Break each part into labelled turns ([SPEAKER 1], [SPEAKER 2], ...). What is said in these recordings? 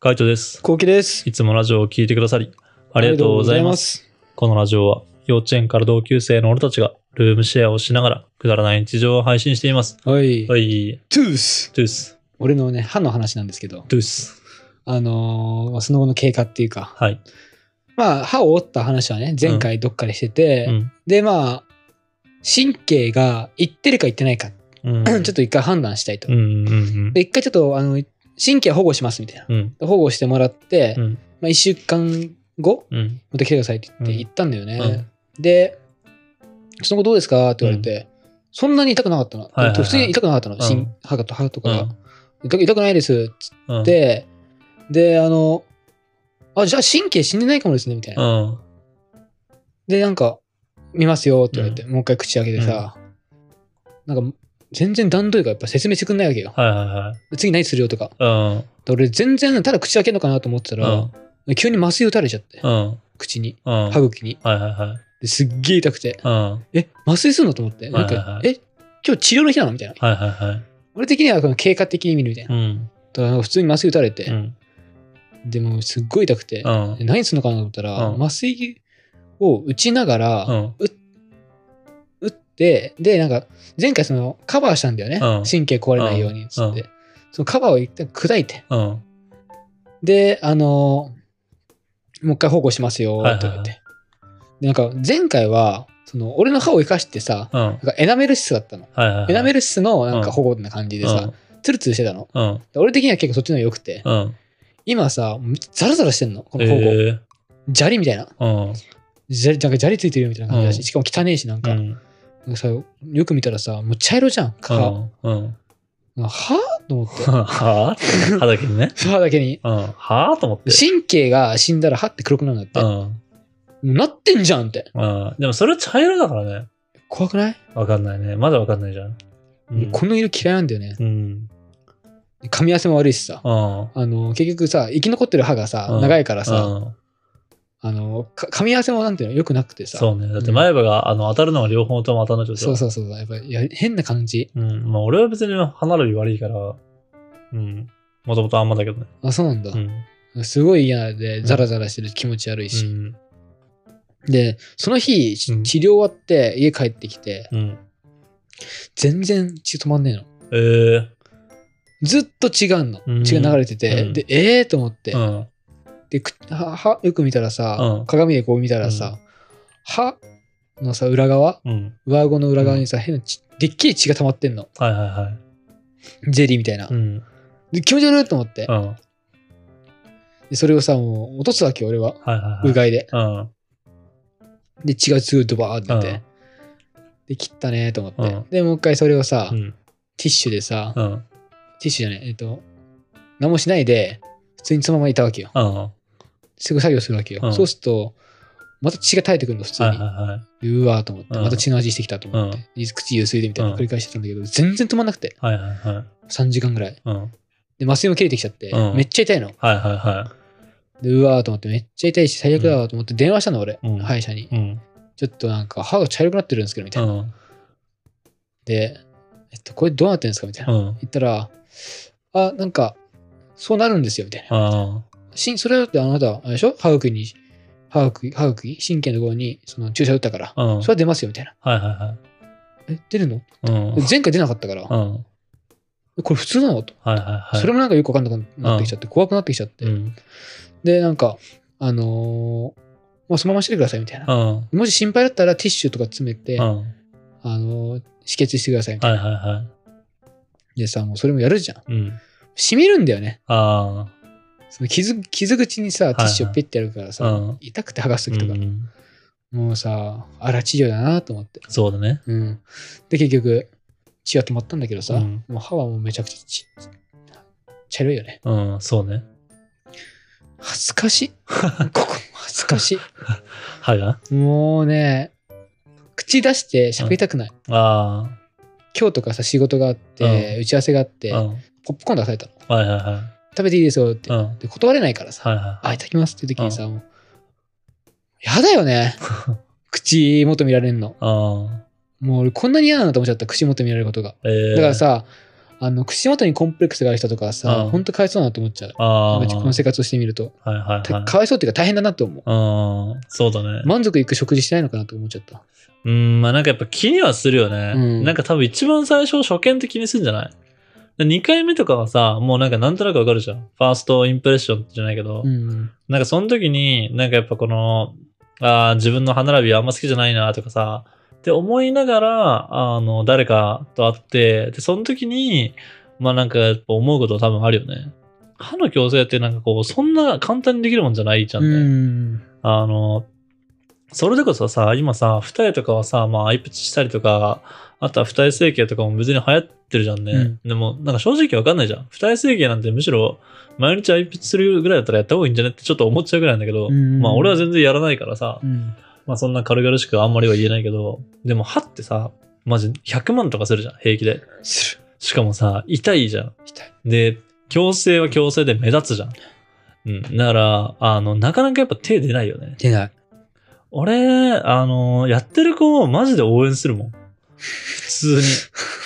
[SPEAKER 1] カイトです。
[SPEAKER 2] こうきです。
[SPEAKER 1] いつもラジオを聞いてくださり、あ
[SPEAKER 2] あ
[SPEAKER 1] りがとうございます。
[SPEAKER 2] す。
[SPEAKER 1] このラジオは、幼稚園から同級生の俺たちが、ルームシェアをしながら、くだらない日常を配信しています。
[SPEAKER 2] はい。
[SPEAKER 1] はい、
[SPEAKER 2] トゥース。
[SPEAKER 1] トゥース、
[SPEAKER 2] 俺のね、歯の話なんですけど、
[SPEAKER 1] トゥース。
[SPEAKER 2] あのーまあその後の経過っていうか、
[SPEAKER 1] はい。
[SPEAKER 2] まあ、歯を折った話はね、前回どっかでしてて、
[SPEAKER 1] うん。
[SPEAKER 2] で、まあ、神経がいってるかいってないか、
[SPEAKER 1] うん。
[SPEAKER 2] ちょっと一回判断したいと。
[SPEAKER 1] うんうんうん
[SPEAKER 2] で、。一回ちょっと、あの、神経保護しますみたいな。
[SPEAKER 1] うん。
[SPEAKER 2] 保護してもらって、
[SPEAKER 1] うん。
[SPEAKER 2] まあ、1週間後、
[SPEAKER 1] うん。
[SPEAKER 2] また来てくださいって言って
[SPEAKER 1] うん
[SPEAKER 2] 行ったんだよね。で、その後どうですかって言われて、そんなに痛くなかったの。
[SPEAKER 1] はいはい
[SPEAKER 2] 普通に痛くなかったの。
[SPEAKER 1] ん
[SPEAKER 2] 心歯と歯とか
[SPEAKER 1] う
[SPEAKER 2] が
[SPEAKER 1] ん。
[SPEAKER 2] 痛く痛くないですっつ
[SPEAKER 1] うん。
[SPEAKER 2] って、で、あの、あ、じゃあ神経死んでないかもですね、みたいうな。
[SPEAKER 1] ん。
[SPEAKER 2] で、なんか、見ますよって言われて、もう一回口開けてさ、なんか、全然段取りがやっぱ説明してくんないわけよ。
[SPEAKER 1] はいは
[SPEAKER 2] 次何するよとか。
[SPEAKER 1] いはい。
[SPEAKER 2] で俺全然、ただ口開けるのかなと思ってた
[SPEAKER 1] うん。うん
[SPEAKER 2] ら、。急に麻酔打たれちゃって
[SPEAKER 1] う、ん。
[SPEAKER 2] 口に、
[SPEAKER 1] うん。
[SPEAKER 2] 歯茎に。
[SPEAKER 1] はいはいはい。
[SPEAKER 2] ですっげえ痛くて。
[SPEAKER 1] うん。はい
[SPEAKER 2] え、麻酔するのと思って、なん
[SPEAKER 1] はいはいはい
[SPEAKER 2] か、え、今日治療の日なのみたいな。
[SPEAKER 1] はいはい。
[SPEAKER 2] 俺的にはこの経過的に見るみたいな
[SPEAKER 1] う。ん。
[SPEAKER 2] だから普通に麻酔打たれて、
[SPEAKER 1] うん。
[SPEAKER 2] でもうすっごい痛くて
[SPEAKER 1] う、ん。
[SPEAKER 2] で何するのかなと思ったら、
[SPEAKER 1] うん
[SPEAKER 2] 麻酔を打ちながら、
[SPEAKER 1] うん。
[SPEAKER 2] 打って、で、なんか、前回そのカバーしたんだよね。
[SPEAKER 1] うん
[SPEAKER 2] 神経壊れないように、つって。
[SPEAKER 1] う
[SPEAKER 2] そのカバーを一旦砕いて、
[SPEAKER 1] うん。
[SPEAKER 2] で、あのーもう一回保護しますよ、って言
[SPEAKER 1] はいはい
[SPEAKER 2] われ
[SPEAKER 1] は
[SPEAKER 2] て。で、なんか前回は、その俺の歯を生かしてさ、
[SPEAKER 1] うん。はい
[SPEAKER 2] なんかエナメル質だったの。
[SPEAKER 1] はいはい。
[SPEAKER 2] エナメル質のなん
[SPEAKER 1] う
[SPEAKER 2] か
[SPEAKER 1] ん
[SPEAKER 2] 保護な感じでさ、ツルツルしてたの。
[SPEAKER 1] うん。うん。
[SPEAKER 2] 俺的には結構そっちの方が良くて、
[SPEAKER 1] うん。
[SPEAKER 2] 今さ、ザラザラしてんの、この保護。
[SPEAKER 1] え
[SPEAKER 2] 砂利みたいな。
[SPEAKER 1] え。うん。
[SPEAKER 2] 砂利なんか砂利ついてるみたいな感じだし、
[SPEAKER 1] うん
[SPEAKER 2] しかも汚ねえし、なん
[SPEAKER 1] う
[SPEAKER 2] か、
[SPEAKER 1] ん。
[SPEAKER 2] なんかさよく見たらさ、もう茶色じゃん、
[SPEAKER 1] う
[SPEAKER 2] 歯。
[SPEAKER 1] ん。うん。
[SPEAKER 2] 歯と思って。
[SPEAKER 1] は ぁ歯だけにね。
[SPEAKER 2] 歯だけに。
[SPEAKER 1] うん。はぁと思って。
[SPEAKER 2] 神経が死んだら歯って黒くなるんだって。
[SPEAKER 1] う
[SPEAKER 2] も
[SPEAKER 1] ん。
[SPEAKER 2] うなってんじゃんって。
[SPEAKER 1] うん。でもそれ茶色だからね。
[SPEAKER 2] 怖くない、
[SPEAKER 1] わかんないね。まだわかんないじゃん。うん。
[SPEAKER 2] この色嫌いなんだよね。
[SPEAKER 1] うん。
[SPEAKER 2] 噛み合わせも悪いしさ。
[SPEAKER 1] うん。
[SPEAKER 2] あの、結局さ、生き残ってる歯がさ、
[SPEAKER 1] うん
[SPEAKER 2] 長いから
[SPEAKER 1] う
[SPEAKER 2] さ、
[SPEAKER 1] ん
[SPEAKER 2] あの、か噛み合わせもなんていうの、良くなくてさ。
[SPEAKER 1] そうね。だって前歯が、あの、当たるのは両方とも当たらなきゃ
[SPEAKER 2] そうそうそうそう。やっぱりいや変な感じ。
[SPEAKER 1] うん。まあ俺は別に歯並び悪いから、うん。もともとあんまだけどね。
[SPEAKER 2] あ、そうなんだ
[SPEAKER 1] う。ん。
[SPEAKER 2] すごい嫌で、
[SPEAKER 1] ん
[SPEAKER 2] ザラザラしてる気持ち悪いし。
[SPEAKER 1] うん。
[SPEAKER 2] で、その日、
[SPEAKER 1] うん
[SPEAKER 2] 治療終わって、家帰ってきて、
[SPEAKER 1] うん。
[SPEAKER 2] 全然血止まんねえの。
[SPEAKER 1] ええ。
[SPEAKER 2] ずっと違う
[SPEAKER 1] う
[SPEAKER 2] の。
[SPEAKER 1] ん
[SPEAKER 2] 血が流れてて、
[SPEAKER 1] うん
[SPEAKER 2] で、ええー、と思って、
[SPEAKER 1] うん。
[SPEAKER 2] で、くははよく見たらさ、
[SPEAKER 1] うん
[SPEAKER 2] 鏡でこう見たらさ、歯のさ、裏側、
[SPEAKER 1] うん。
[SPEAKER 2] 上顎の裏側にさ、変な血、でっけえ血が溜まってんの。
[SPEAKER 1] はいはいはい。
[SPEAKER 2] ゼリーみたいな。
[SPEAKER 1] うん。
[SPEAKER 2] で、気持ち悪いと思って
[SPEAKER 1] う、ん。はい
[SPEAKER 2] でそれをさ、もう落とすわけよ、俺は。。
[SPEAKER 1] はいはいう
[SPEAKER 2] がいで。
[SPEAKER 1] うん。
[SPEAKER 2] で、血がすごいドバーって出
[SPEAKER 1] う
[SPEAKER 2] て、
[SPEAKER 1] ん
[SPEAKER 2] で、切ったねーと思って、
[SPEAKER 1] うん
[SPEAKER 2] で、もう一回それをさ、
[SPEAKER 1] うん。
[SPEAKER 2] ティッシュでさ、
[SPEAKER 1] うん。
[SPEAKER 2] ティッシュじゃない、えっと、何もしないで、普通にそのままいたわけよ。
[SPEAKER 1] うん。
[SPEAKER 2] すぐ作業するわけよ。
[SPEAKER 1] うん
[SPEAKER 2] そうすると、また血が垂れてくるの、普通に。
[SPEAKER 1] はいはいはい。
[SPEAKER 2] うわーと思って、
[SPEAKER 1] うん
[SPEAKER 2] また血の味してきたと思って、口ゆすいでみたいな
[SPEAKER 1] うん
[SPEAKER 2] 繰り返してたんだけど、全然止まんなくて、
[SPEAKER 1] はいはいはい。
[SPEAKER 2] 3時間ぐらい。
[SPEAKER 1] うん。
[SPEAKER 2] で、麻酔も切れてきちゃって、
[SPEAKER 1] うん
[SPEAKER 2] めっちゃ痛いの。
[SPEAKER 1] はいはいは
[SPEAKER 2] で、うわーと思って、めっちゃ痛いし、最悪だわと思って、電話したの、俺、
[SPEAKER 1] うん
[SPEAKER 2] 歯医者に
[SPEAKER 1] い。。うん。
[SPEAKER 2] ちょっとなんか、歯が茶色くなってるんですけど、みた
[SPEAKER 1] う
[SPEAKER 2] いな。
[SPEAKER 1] ん。
[SPEAKER 2] で、えっと、これどうなってるんですかみたいな。
[SPEAKER 1] うん。
[SPEAKER 2] 言ったら、あ、なんか、そうなるんですよ、みたいな。
[SPEAKER 1] うん。
[SPEAKER 2] しそれだってあなた、あれでしょ歯茎に、歯茎、歯茎、神経のところにその注射打ったから、
[SPEAKER 1] うん。はい
[SPEAKER 2] それは出ますよ、みたいな。
[SPEAKER 1] はいは
[SPEAKER 2] え、出るの
[SPEAKER 1] い。うん。
[SPEAKER 2] 前回出なかったから、
[SPEAKER 1] う
[SPEAKER 2] こ
[SPEAKER 1] ん。
[SPEAKER 2] れ普通なのと。
[SPEAKER 1] はいはいはい。
[SPEAKER 2] それもなんかよくわかんなくなってきちゃって、怖くなってきちゃって。
[SPEAKER 1] うん。
[SPEAKER 2] で、なんか、あのーまあ、そのまましててください、みたいな。
[SPEAKER 1] うん。
[SPEAKER 2] もし心配だったらティッシュとか詰めて、
[SPEAKER 1] う
[SPEAKER 2] あ
[SPEAKER 1] ん。
[SPEAKER 2] のー止血してください、みたい
[SPEAKER 1] はいはいは
[SPEAKER 2] な。でさ、もうそれもやるじゃん。
[SPEAKER 1] い。うん。
[SPEAKER 2] 染みるんだよね。
[SPEAKER 1] あ
[SPEAKER 2] その傷傷口にさ、
[SPEAKER 1] い
[SPEAKER 2] ティッシュをピッてやるからさ、
[SPEAKER 1] あ。うん。
[SPEAKER 2] 痛くて剥がす
[SPEAKER 1] う
[SPEAKER 2] 時とか、
[SPEAKER 1] ん。
[SPEAKER 2] もうさ、あら治療だなと思って。
[SPEAKER 1] そうだね。
[SPEAKER 2] うん。で、結局、血は止まったんだけどさ、
[SPEAKER 1] うん
[SPEAKER 2] もう歯はもうめちゃくちゃち茶色いよね。
[SPEAKER 1] うん。そうね。
[SPEAKER 2] 恥ずか しい。ここも恥ずかし
[SPEAKER 1] 歯が
[SPEAKER 2] い。もうね、口出して喋りたくない。
[SPEAKER 1] あ
[SPEAKER 2] 今日とかさ、仕事があって、打ち合わせがあって、
[SPEAKER 1] あ。うん。
[SPEAKER 2] ポップコーン出されたの。
[SPEAKER 1] はいはいはい。
[SPEAKER 2] 食べていいですよって。
[SPEAKER 1] うん。
[SPEAKER 2] で断れないからさ、
[SPEAKER 1] はいは
[SPEAKER 2] あ、いただきますって時にさ、もう、やだよね。口元見られんの。
[SPEAKER 1] い。うん。
[SPEAKER 2] もう俺こんなに嫌なんだと思っちゃった、口元見られることが。
[SPEAKER 1] ええ。
[SPEAKER 2] だから、さ、あの、口元にコンプレックスがある人とかはさ、
[SPEAKER 1] うん
[SPEAKER 2] ほんとかわいそうだなと思っちゃう。
[SPEAKER 1] ああ。
[SPEAKER 2] なんかこの生活をしてみると。
[SPEAKER 1] はいはいはい
[SPEAKER 2] た。かわいそうっていうか大変だなと思う。
[SPEAKER 1] うん、そうだね。
[SPEAKER 2] 満足いく食事してないのかなと思っちゃった。
[SPEAKER 1] うん、まあなんかやっぱ気にはするよね。
[SPEAKER 2] うん
[SPEAKER 1] なんか多分一番最初初見って気にするんじゃないで ?2 回目とかはさ、もうなんかなんとなくわかるじゃん。ファーストインプレッションじゃないけど、
[SPEAKER 2] うん。
[SPEAKER 1] なんかその時に、なんかやっぱこの、ああ、自分の歯並びあんま好きじゃないなとかさ、って思いながら、あの、誰かと会って、で、その時に、まあなんかやっぱ思うこと多分あるよね。歯の矯正ってなんかこう、そんな簡単にできるもんじゃないじゃんね。
[SPEAKER 2] うん。
[SPEAKER 1] あの、それでこそさ、今さ、二重とかはさ、まあ、アイプチしたりとか、あとは二重整形とかも別に流行ってるじゃんね。
[SPEAKER 2] うん
[SPEAKER 1] でも、なんか正直わかんないじゃん。二重整形なんてむしろ、毎日アイプチするぐらいだったらやった方がいいんじゃねってちょっと思っちゃうぐらいなんだけど、
[SPEAKER 2] うん
[SPEAKER 1] まあ、俺は全然やらないからさ、
[SPEAKER 2] うん。
[SPEAKER 1] まあ、そんな軽々しくあんまりは言えないけど、でも、歯ってさ、マジ100万とかするじゃん、平気で。
[SPEAKER 2] する。
[SPEAKER 1] しかもさ、痛いじゃん。
[SPEAKER 2] 痛い。
[SPEAKER 1] で、矯正は矯正で目立つじゃん。うん。だから、あの、なかなかやっぱ手出ないよね。
[SPEAKER 2] 出ない。
[SPEAKER 1] 俺、あの、やってる子をマジで応援するもん。普通 に。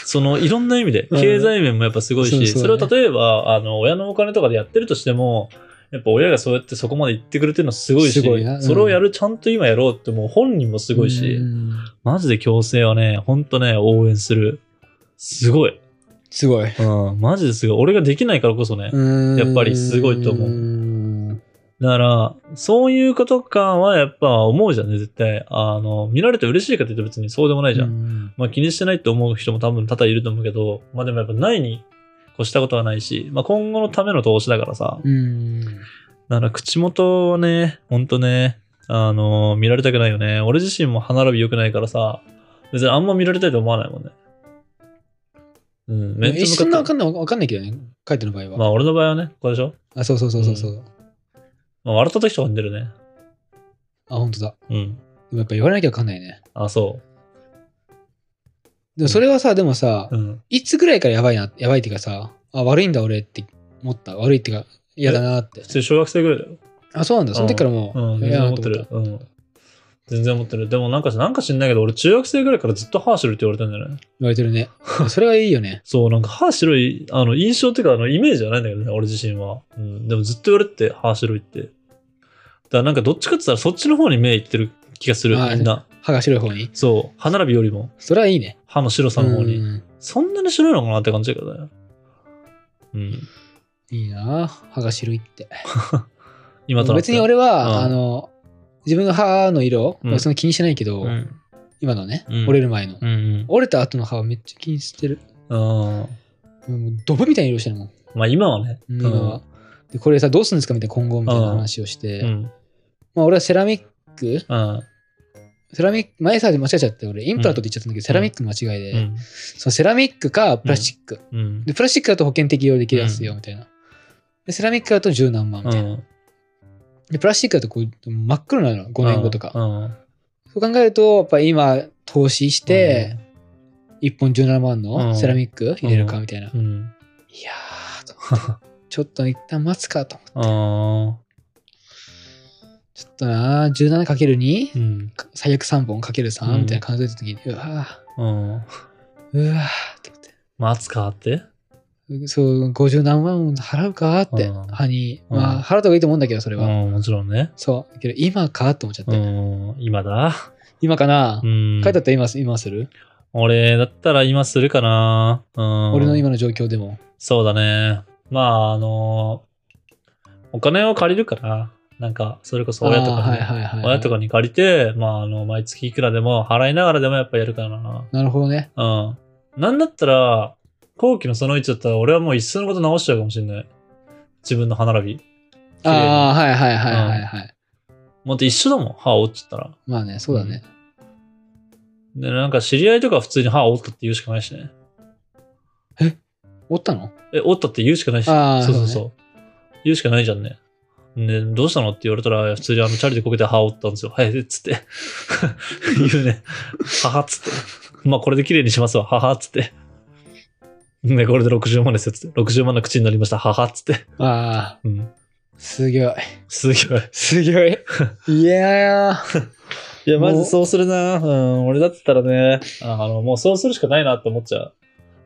[SPEAKER 1] その、いろんな意味で。
[SPEAKER 2] うん
[SPEAKER 1] 経済面もやっぱすごいし、
[SPEAKER 2] そう
[SPEAKER 1] そ
[SPEAKER 2] そう
[SPEAKER 1] れを例えば、あの、親のお金とかでやってるとしても、やっぱ親がそうやってそこまで言ってくれてるのすごいし、
[SPEAKER 2] すごいなうん
[SPEAKER 1] それをやるちゃんと今やろうってもう本人もすごいし、
[SPEAKER 2] うん。
[SPEAKER 1] マジで強制はね、ほんとね、応援する。すごい。
[SPEAKER 2] すごい。
[SPEAKER 1] うん、マジですごい。俺ができないからこそね。
[SPEAKER 2] うん
[SPEAKER 1] やっぱりすごいと思う
[SPEAKER 2] うん。
[SPEAKER 1] だから、そういうことかはやっぱ思うじゃんね、絶対。あの、見られて嬉しいかって言うと別にそうでもないじゃん。
[SPEAKER 2] うん
[SPEAKER 1] まあ気にしてないって思う人も多分多々いると思うけど、まあでもやっぱないに越したことはないし、まあ今後のための投資だからさ。
[SPEAKER 2] うん。
[SPEAKER 1] だから口元をね、ほんとね、あの見られたくないよね。俺自身も歯並び良くないからさ、別にあんま見られたいと思わないもんね。うん、めっち
[SPEAKER 2] 一
[SPEAKER 1] ゃ
[SPEAKER 2] 瞬
[SPEAKER 1] ムカっ
[SPEAKER 2] のわ
[SPEAKER 1] た
[SPEAKER 2] かんない、わかんないけどね。書いての場合は。
[SPEAKER 1] まあ俺の場合はね、これでしょ、
[SPEAKER 2] あ、そうそうそうそうそう。
[SPEAKER 1] まあ、笑った時とかに出るね。
[SPEAKER 2] あ、本当だ。
[SPEAKER 1] うん。
[SPEAKER 2] でもやっぱ言われなきゃわかんないね。
[SPEAKER 1] あ、そ
[SPEAKER 2] でもそれはさ、でもさ
[SPEAKER 1] う。、うん。
[SPEAKER 2] いつぐらいからやばいな、やばいっていうかさ、あ、悪いんだ俺って思った。悪いっていうか、嫌だなって
[SPEAKER 1] 普。通小学生ぐらいだよ。
[SPEAKER 2] あ、そうなんだ。その時からも
[SPEAKER 1] うん、
[SPEAKER 2] う、
[SPEAKER 1] 全然
[SPEAKER 2] 嫌だな
[SPEAKER 1] 思っ
[SPEAKER 2] と
[SPEAKER 1] て
[SPEAKER 2] 思
[SPEAKER 1] る。うん。全然思ってる。でもなんか、なんか知んないけど、俺中学生ぐらいからずっと歯白いって言われてんだよね。
[SPEAKER 2] 言われてるね。 それはいいよね。
[SPEAKER 1] そう、なんか歯白い、あの、印象っていうか、あの、イメージじゃないんだけどね、俺自身は。うん。でもずっと言われてて、歯白いって。だからなんかどっちかって言ったらそっちの方に目いってる気がする、
[SPEAKER 2] あー
[SPEAKER 1] みんな。
[SPEAKER 2] 歯が白い方に。
[SPEAKER 1] そう、歯並びよりも、
[SPEAKER 2] それはいいね。
[SPEAKER 1] 歯の白さの方に。
[SPEAKER 2] うん
[SPEAKER 1] そんなに白いのかなって感じだけどね。うん。
[SPEAKER 2] いいな歯が白い って。
[SPEAKER 1] 今となって
[SPEAKER 2] 別に俺
[SPEAKER 1] うん
[SPEAKER 2] は、あの、自分の歯の色、
[SPEAKER 1] うん
[SPEAKER 2] そんな気にしてないけど、
[SPEAKER 1] うん。
[SPEAKER 2] 今のね、
[SPEAKER 1] うん
[SPEAKER 2] 折れる前の。
[SPEAKER 1] うんうん。
[SPEAKER 2] 折れた後の歯はめっちゃ気にしてる。
[SPEAKER 1] うん。
[SPEAKER 2] もうドブみたいな色してるもん、
[SPEAKER 1] まあ今はね。
[SPEAKER 2] 今は。で、これさ、どうするんですかみたいな今後みたいな話をし
[SPEAKER 1] う
[SPEAKER 2] て、
[SPEAKER 1] ん。うん。
[SPEAKER 2] まあ俺はセラミック、
[SPEAKER 1] うん。
[SPEAKER 2] セラミック、前さ、間違えちゃって、俺、インプラントって言っちゃったんだけど、セラミックの間違いで、
[SPEAKER 1] うん。
[SPEAKER 2] そのセラミックかプラスチック。
[SPEAKER 1] うん。
[SPEAKER 2] で、プラスチックだと保険適用できますよ、
[SPEAKER 1] うん
[SPEAKER 2] みたいな。で、セラミックだと十何万みたいな。で、プラスチックだとこう真っ黒なの、5年後とか。
[SPEAKER 1] うん
[SPEAKER 2] そう考えると、やっぱ今、投資して、、1本17万
[SPEAKER 1] うん
[SPEAKER 2] のセラミック入れるかみたいな。
[SPEAKER 1] うんうん。
[SPEAKER 2] いやーと思って、ちょっと一旦待つかと思って。
[SPEAKER 1] あ
[SPEAKER 2] ちょっとなー、
[SPEAKER 1] ー
[SPEAKER 2] 17×2?
[SPEAKER 1] うん。
[SPEAKER 2] 最悪3本 ×3、
[SPEAKER 1] うん
[SPEAKER 2] みたいな感じでた時に、うわ
[SPEAKER 1] うん。
[SPEAKER 2] ー、うわーと思って。
[SPEAKER 1] 待つかって
[SPEAKER 2] そう、50何万払うかって、
[SPEAKER 1] うん
[SPEAKER 2] 歯に。
[SPEAKER 1] うん
[SPEAKER 2] まあ、払った方がいいと思うんだけど、それ
[SPEAKER 1] うん、
[SPEAKER 2] は。
[SPEAKER 1] もちろんね。
[SPEAKER 2] そう。だけど、今かと思っちゃっ
[SPEAKER 1] う
[SPEAKER 2] て。
[SPEAKER 1] ん、今だ。
[SPEAKER 2] 今かな
[SPEAKER 1] うん。
[SPEAKER 2] 書いてあったら今す、今する
[SPEAKER 1] 俺だったら今するかな。うん。
[SPEAKER 2] 俺の今の状況でも。
[SPEAKER 1] そうだね。まあ、あのお金を借りるから、なんか、それこそ親と
[SPEAKER 2] あ
[SPEAKER 1] か
[SPEAKER 2] ー
[SPEAKER 1] に、
[SPEAKER 2] はいはいはいはい。
[SPEAKER 1] 親とかに借りて、まあ、あの、毎月いくらでも払いながらでもやっぱやるかな。
[SPEAKER 2] なるほどね。
[SPEAKER 1] うん。なんだったら、後期のその位置だったら、俺はもう一層のこと直しちゃうかもしれない。自分の歯並び。
[SPEAKER 2] あ
[SPEAKER 1] 麗に
[SPEAKER 2] あ、はいはいはいはいはい。
[SPEAKER 1] もって一緒だもん、歯折っちゃったら。
[SPEAKER 2] まあね、そうだね。
[SPEAKER 1] で、なんか知り合いとかは普通に歯折ったって言うしかないしね。
[SPEAKER 2] おったの
[SPEAKER 1] え、折ったって言うしかないし。
[SPEAKER 2] あー
[SPEAKER 1] そうそうそう。言うしかないじゃんね。ね、どうしたのって言われたら、普通にあの、チャリでこけて歯折ったんですよ。はい、つって。 言うね。母っつって。まあ、これで綺麗にしますわ。母っつって。ね、これで60万ですよ。つって。60万の口になりました。母っつって。
[SPEAKER 2] ああ、
[SPEAKER 1] うん。
[SPEAKER 2] すげえ。
[SPEAKER 1] すげえ。
[SPEAKER 2] すげえ。 いやー。
[SPEAKER 1] いや、
[SPEAKER 2] も
[SPEAKER 1] マ
[SPEAKER 2] う
[SPEAKER 1] ジそうするな。うん、俺だったらね、ああの、もうそうするしかないなって思っちゃう。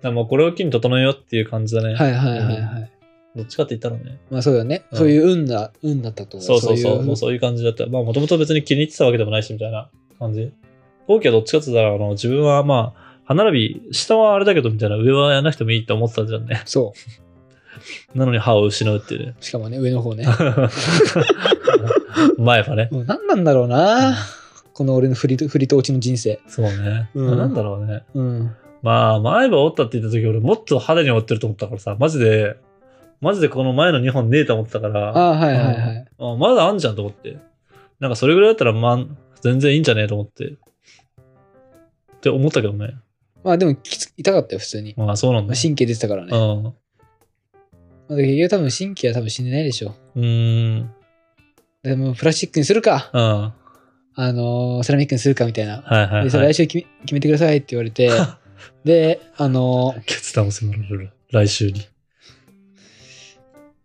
[SPEAKER 1] からもうこれを機に整えようっていう感じだね。
[SPEAKER 2] はいはいはいはい。
[SPEAKER 1] どっちかって言ったらね。
[SPEAKER 2] まあそうだよね。
[SPEAKER 1] うん
[SPEAKER 2] そういう運だ、運だったと思う。
[SPEAKER 1] そうそうそう、もう
[SPEAKER 2] そ
[SPEAKER 1] そういう感じだった。まあ、もともと別に気に入ってたわけでもないし、みたいな感じ。オーケーはどっちかって言ったら、あの、自分はまあ、歯並び、下はあれだけど、みたいな、上はやらなくてもいいって思ってたじゃんね。
[SPEAKER 2] う。そ
[SPEAKER 1] なのに歯を失うっていうね。
[SPEAKER 2] う。しかもね、上の方 ね。
[SPEAKER 1] 前歯ね。
[SPEAKER 2] もう何なんだろうな。この俺の振りと、振りと落ちの人生。
[SPEAKER 1] そうね。
[SPEAKER 2] うん
[SPEAKER 1] なんだろうね。
[SPEAKER 2] うん。
[SPEAKER 1] まあ、前歯折ったって言った時、俺もっと肌に折ってると思ったからさ、マジで、マジでこの前の2本ねえと思ってたから。
[SPEAKER 2] ああ、はいはいはい。
[SPEAKER 1] あまだあんじゃんと思って。なんかそれぐらいだったら、まあ、全然いいんじゃねえと思って。って思ったけどね。
[SPEAKER 2] まあでもきつ、痛かったよ、普通に。
[SPEAKER 1] まあそうなん
[SPEAKER 2] ま
[SPEAKER 1] だ
[SPEAKER 2] あ、。神経出てたからね。
[SPEAKER 1] う
[SPEAKER 2] ま
[SPEAKER 1] ん。う
[SPEAKER 2] あ、結局多分神経は多分死んでないでしょ。
[SPEAKER 1] ーん。
[SPEAKER 2] でもプラスチックにするか、
[SPEAKER 1] うん。は
[SPEAKER 2] あのーセラミックにするかみたいな。
[SPEAKER 1] いはい、
[SPEAKER 2] で、それ
[SPEAKER 1] はい
[SPEAKER 2] 来。週決め決めてくださいって言わ れて、で、あのー
[SPEAKER 1] 決断を迫られる。来週に。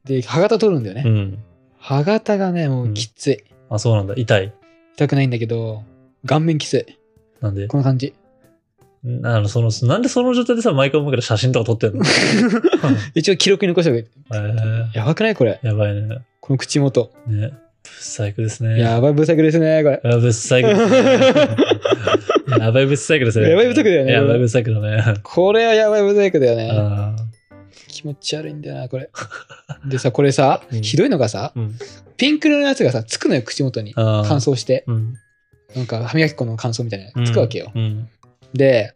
[SPEAKER 2] で、歯型取るんだよね。
[SPEAKER 1] うん。
[SPEAKER 2] 歯型がね、もうきつい。
[SPEAKER 1] あ、そうなんだ。痛い。
[SPEAKER 2] 痛くないんだけど、顔面きつい。
[SPEAKER 1] なんで、
[SPEAKER 2] この感じ。
[SPEAKER 1] んあの、その、なんでその状態でさ、毎回思うけど写真とか撮 ってんの
[SPEAKER 2] 一応記録に残しておいて。
[SPEAKER 1] えー
[SPEAKER 2] やばくないこれ。
[SPEAKER 1] やばいね。
[SPEAKER 2] この口元。
[SPEAKER 1] ね。不細工ですね。
[SPEAKER 2] やばいブサイクですね、これ。
[SPEAKER 1] やばいぶっさいく ですね。やばいぶっさいくですね。
[SPEAKER 2] やばいぶっさいくだよね
[SPEAKER 1] やばいぶっさいくだね。
[SPEAKER 2] これはやばいブサイクだよね。
[SPEAKER 1] あ
[SPEAKER 2] 気持ち悪いんだよな、これ。でさ、これさ、
[SPEAKER 1] うん
[SPEAKER 2] ひどいのがさ、
[SPEAKER 1] ーうん。
[SPEAKER 2] ピンク色のやつがさ、つくのよ、口元に。
[SPEAKER 1] あー
[SPEAKER 2] 乾燥して。
[SPEAKER 1] うん。
[SPEAKER 2] なんか、歯磨き粉の乾燥みたいなのつくわけよ。
[SPEAKER 1] うん。
[SPEAKER 2] で、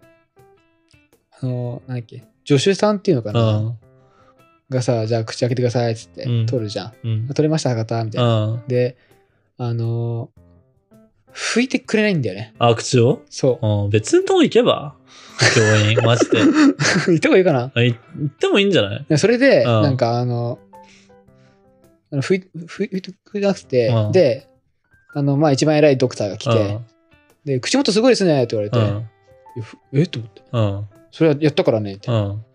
[SPEAKER 2] あの、なんだっけ、助手さんっていうのか
[SPEAKER 1] う
[SPEAKER 2] な、
[SPEAKER 1] ん。
[SPEAKER 2] がさ、じゃあ口開けてくださいっつって、
[SPEAKER 1] うん
[SPEAKER 2] 取るじゃん。
[SPEAKER 1] うん。
[SPEAKER 2] 取れました、博多みたいな。
[SPEAKER 1] あ
[SPEAKER 2] で、あの、拭いてくれないんだよね。
[SPEAKER 1] あ、口を
[SPEAKER 2] そ
[SPEAKER 1] うん別のとこ行け ば病院、マジで。
[SPEAKER 2] う。言った方がいいかな
[SPEAKER 1] あい行ってもいいんじゃない
[SPEAKER 2] でそれで、
[SPEAKER 1] ん
[SPEAKER 2] なんかあの、あの拭い拭い拭いてくれなくて、
[SPEAKER 1] うん
[SPEAKER 2] で、あの、まあ一番偉いドクターが来て、
[SPEAKER 1] うん
[SPEAKER 2] で、口元すごいですねって言われて、
[SPEAKER 1] う
[SPEAKER 2] い
[SPEAKER 1] ん。
[SPEAKER 2] やふえと思って、
[SPEAKER 1] うん。
[SPEAKER 2] それはやったからねって。
[SPEAKER 1] う
[SPEAKER 2] だ
[SPEAKER 1] ん。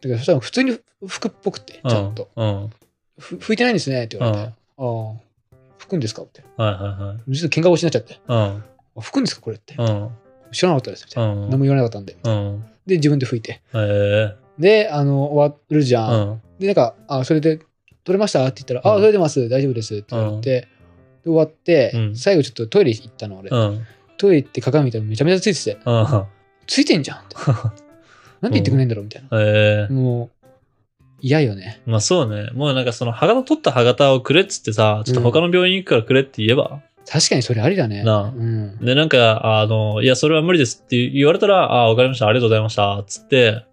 [SPEAKER 2] けど、そしたら普通に服っぽくて、ちゃんと。
[SPEAKER 1] うん。
[SPEAKER 2] ふ拭いてないんですねって言われて、
[SPEAKER 1] うん
[SPEAKER 2] ああ、拭くんですかって。
[SPEAKER 1] はいはい
[SPEAKER 2] 実は喧嘩腰になっちゃって、
[SPEAKER 1] はい。
[SPEAKER 2] あ拭くんですかこれって
[SPEAKER 1] う。ん。
[SPEAKER 2] 知らなかったですみたいな。
[SPEAKER 1] うん
[SPEAKER 2] 何も言われなかったんで。
[SPEAKER 1] うん。うん。
[SPEAKER 2] で、自分で拭いて。
[SPEAKER 1] へえ。
[SPEAKER 2] で、あの、終わるじ
[SPEAKER 1] う
[SPEAKER 2] ゃん。
[SPEAKER 1] ん。
[SPEAKER 2] で、なんか、あ、それで、取れましたって言ったら、
[SPEAKER 1] う
[SPEAKER 2] あ、
[SPEAKER 1] ん
[SPEAKER 2] 取れてます、大丈夫ですって言われて、で終わって、
[SPEAKER 1] うん
[SPEAKER 2] 最後ちょっとトイレ行ったの、俺。
[SPEAKER 1] うん。
[SPEAKER 2] トイレ行って鏡見たらめちゃめちゃついてて、
[SPEAKER 1] うん。
[SPEAKER 2] ついてんじゃん って。なんで言ってくれないんだろうみたいな。
[SPEAKER 1] へえ。
[SPEAKER 2] もう、嫌よね。
[SPEAKER 1] まあそうね。もうなんかその歯型取った歯型をくれっつってさ、ちょっと他の病院行くからくれって言えば。
[SPEAKER 2] 確かにそれありだね。
[SPEAKER 1] なあ
[SPEAKER 2] うん。
[SPEAKER 1] で、なんか、あの、いや、それは無理ですって言われたら、ああ、わかりました、ありがとうございました、つって、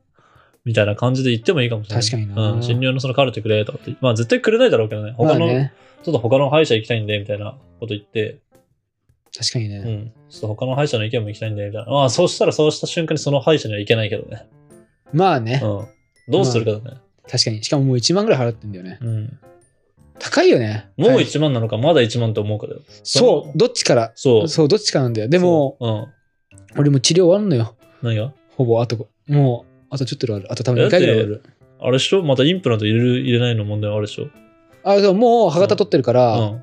[SPEAKER 1] みたいな感じで言ってもいいかもしれない。
[SPEAKER 2] 確かにな
[SPEAKER 1] うん、診療のそのカルテくれとかって。まあ、絶対くれないだろうけどね。
[SPEAKER 2] ま
[SPEAKER 1] 他
[SPEAKER 2] あ
[SPEAKER 1] の、
[SPEAKER 2] ね、
[SPEAKER 1] ちょっと他の歯医者行きたいんで、みたいなこと言って、
[SPEAKER 2] 確かにね。
[SPEAKER 1] うん、ちょっと他の歯医者の意見も行きたいんで、みたいな。まあ、そうしたらそうした瞬間にその歯医者には行けないけど ね。
[SPEAKER 2] まあね、
[SPEAKER 1] うん。どうするかだね。
[SPEAKER 2] 確かに。しかももう1万ぐらい払ってんだよね。
[SPEAKER 1] うん。
[SPEAKER 2] 高いよね。
[SPEAKER 1] もう
[SPEAKER 2] はい
[SPEAKER 1] 1万なのか、まだ1万って思うかだよ。
[SPEAKER 2] そう、どっちから。
[SPEAKER 1] そう。
[SPEAKER 2] そう、どっちかなんだよ。でも、
[SPEAKER 1] そう、
[SPEAKER 2] 俺もう治療終わるのよ。
[SPEAKER 1] うん。何が
[SPEAKER 2] ほぼ、あと、もう、あとちょっとである。あと多分2回ぐらいある。
[SPEAKER 1] あれでしょまたインプラント入れる、入れないの問題あるでしょ
[SPEAKER 2] あ、そう、もう歯型取ってるから、
[SPEAKER 1] うん。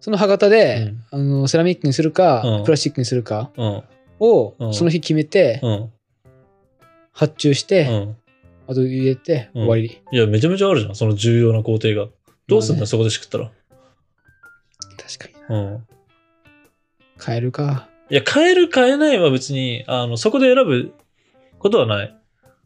[SPEAKER 2] その歯型で、あの、セラミックにするか、
[SPEAKER 1] うん
[SPEAKER 2] プラスチックにするか
[SPEAKER 1] うん。
[SPEAKER 2] を、
[SPEAKER 1] うん
[SPEAKER 2] その日決めて、
[SPEAKER 1] うん。
[SPEAKER 2] 発注して、
[SPEAKER 1] うん。
[SPEAKER 2] あと入れて、
[SPEAKER 1] うん
[SPEAKER 2] 終わり。
[SPEAKER 1] いや、めちゃめちゃあるじゃん、その重要な工程が。どうすんだ
[SPEAKER 2] まあ
[SPEAKER 1] よ、
[SPEAKER 2] ね
[SPEAKER 1] そこでしくったら。
[SPEAKER 2] 確かに。
[SPEAKER 1] うん。
[SPEAKER 2] 変えるか。
[SPEAKER 1] いや、変える、変えないは別に、あの、そこで選ぶことはない。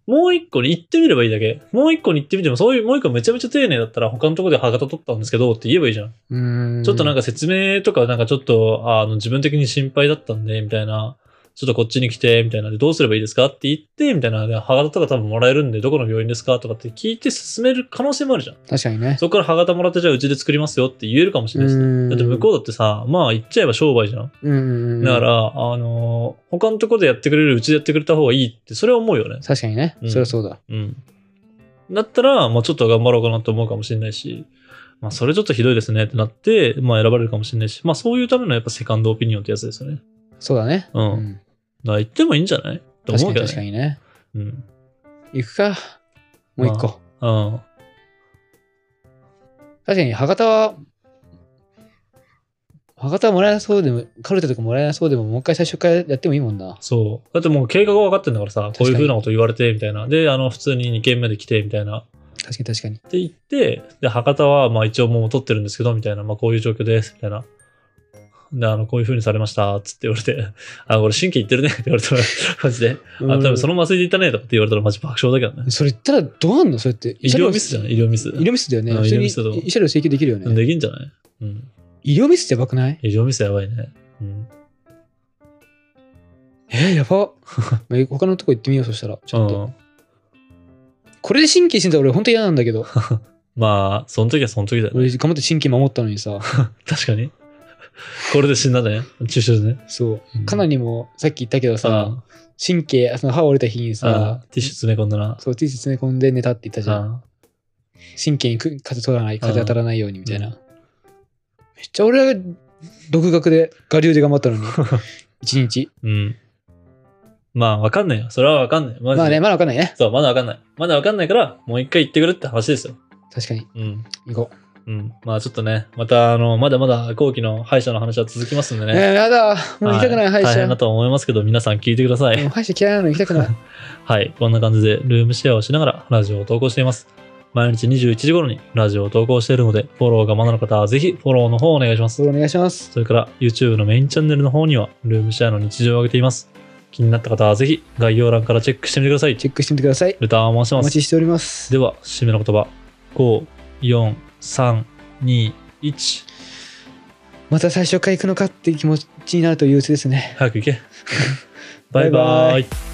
[SPEAKER 1] もう一個に行ってみればいいだけ。もう一個に行ってみても、そういう、もう一個めちゃめちゃ丁寧だったら、他のところで歯型取ったんですけどって言えばいいじゃん。
[SPEAKER 2] うーん。
[SPEAKER 1] ちょっとなん
[SPEAKER 2] か、
[SPEAKER 1] か説明とか、なんかちょっと、あの、自分的に心配だったんで、みたいな。ちょっとこっちに来て、みたいな。で、どうすればいいですかって言って、みたいな。で歯型とか多分もらえるんで、どこの病院ですかとかって聞いて進める可能性もあるじゃん。
[SPEAKER 2] 確かにね。
[SPEAKER 1] そこから歯型もらって、じゃあうちで作りますよって言えるかもしれないし。
[SPEAKER 2] う
[SPEAKER 1] だって向こうだってさ、まあ言っちゃえば商売じゃん。
[SPEAKER 2] う、うん。
[SPEAKER 1] だから、あのー他のとこでやってくれる、うちでやってくれた方がいいって、それは思うよね。
[SPEAKER 2] 確かにね。
[SPEAKER 1] うん
[SPEAKER 2] それはそうだ。
[SPEAKER 1] うん。だったら、まあちょっと頑張ろうかなと思うかもしれないし、まあそれちょっとひどいですねってなって、まあ選ばれるかもしれないし、まあそういうためのやっぱセカンドオピニオンってやつですよね。
[SPEAKER 2] そうだね。
[SPEAKER 1] うん。だ
[SPEAKER 2] う
[SPEAKER 1] か
[SPEAKER 2] ん。
[SPEAKER 1] ら言ってもいいんじゃないと
[SPEAKER 2] 確
[SPEAKER 1] 思
[SPEAKER 2] か
[SPEAKER 1] うけど
[SPEAKER 2] に確か
[SPEAKER 1] ね。
[SPEAKER 2] にね。
[SPEAKER 1] うん。
[SPEAKER 2] 行くか。もう一個。
[SPEAKER 1] うん。
[SPEAKER 2] 確かに、歯型は、博多もらえなそうでも、カルテとかもらえなそうでも、もう一回最初からやってもいいもんな。
[SPEAKER 1] そう。だってもう計画は分かってんだからさ、こういう
[SPEAKER 2] 確かに
[SPEAKER 1] 風なこと言われて、みたいな。で、あの、普通に2軒目で来て、みたいな。
[SPEAKER 2] 確かに確かに。
[SPEAKER 1] って言って、で、博多は、まあ一応もう取ってるんですけど、みたいな、まあこういう状況です、みたいな。で、あの、こういう風にされました、つって言われて、 あ、俺神経いってるね、って言われたら、 マジで。あ、多分そ
[SPEAKER 2] の、
[SPEAKER 1] の麻酔でいったね、とかって言われたらマジ爆笑だけどね。
[SPEAKER 2] それ言ったらどうなんのそれって。
[SPEAKER 1] 医療ミスじゃ
[SPEAKER 2] ん。
[SPEAKER 1] ない医療ミス。
[SPEAKER 2] 医療ミスだよね。
[SPEAKER 1] うん
[SPEAKER 2] 普通に
[SPEAKER 1] 医療ミスだと思う
[SPEAKER 2] 医者料請求できるよね。
[SPEAKER 1] できんじゃないうん。
[SPEAKER 2] 医療ミスってやばくない
[SPEAKER 1] 医療ミスやばいね。うん。
[SPEAKER 2] えー、やば。 まあ他のとこ行ってみよう、そしたら。ちょっと。
[SPEAKER 1] うん
[SPEAKER 2] これで神経死んだら俺本当嫌なんだけ ど。
[SPEAKER 1] まあ、その時はその時だよね。
[SPEAKER 2] 俺頑張って神経守ったのにさ。
[SPEAKER 1] 確かに。 これで死んだね。注射でね。
[SPEAKER 2] そうう。
[SPEAKER 1] ん
[SPEAKER 2] かなりも、さっき言ったけどさ、
[SPEAKER 1] あ
[SPEAKER 2] 神経、その歯折れた日に
[SPEAKER 1] ああ
[SPEAKER 2] さ
[SPEAKER 1] あ、ティッシュ詰め込んだな。
[SPEAKER 2] そう、ティッシュ詰め込んで寝たって言ったじゃん。
[SPEAKER 1] あ
[SPEAKER 2] 神経にく風取らない、風当たらないようにみたいな。
[SPEAKER 1] うん
[SPEAKER 2] めっちゃ俺は独学で、我流で頑 張ったのに。一日。
[SPEAKER 1] うん。まあ、わかんないよ。それはわかんない。マジで
[SPEAKER 2] まあね、まだわかんないね。
[SPEAKER 1] そう、まだわかんない。まだわかんないから、もう一回言ってくれって話ですよ。
[SPEAKER 2] 確かに。
[SPEAKER 1] うん。
[SPEAKER 2] 行こ
[SPEAKER 1] うん。まあ、ちょっとね、また、あの、まだまだ後期の歯医者の話は続きますんで
[SPEAKER 2] う。
[SPEAKER 1] ね。
[SPEAKER 2] えー、やだ。もう行きたくない、
[SPEAKER 1] は
[SPEAKER 2] 歯医
[SPEAKER 1] 大
[SPEAKER 2] 者。
[SPEAKER 1] 変だ
[SPEAKER 2] も
[SPEAKER 1] と思いますけど、皆さん聞いてください。
[SPEAKER 2] う歯医者嫌いなのに行きた くない。
[SPEAKER 1] はい、こんな感じでルームシェアをしながらラジオを投稿しています。毎日21時頃にラジオを投稿しているので、フォローがまだの方はぜひフォローの方をお願いします
[SPEAKER 2] そ。れお願いします。
[SPEAKER 1] それから YouTube のメインチャンネルの方にはルームシェアの日常を上げています。気になった方はぜひ概要欄からチェックしてみてください。
[SPEAKER 2] チェックしてみてください。
[SPEAKER 1] レターを回して
[SPEAKER 2] お
[SPEAKER 1] ま
[SPEAKER 2] 待
[SPEAKER 1] す。
[SPEAKER 2] ちしております。
[SPEAKER 1] では、締めの言葉。5、4、3、2、1。
[SPEAKER 2] また 最初から行くのかっていう気持ちになると憂鬱ですね。
[SPEAKER 1] 早く行け。バイバ
[SPEAKER 2] バイバ
[SPEAKER 1] イ
[SPEAKER 2] イ。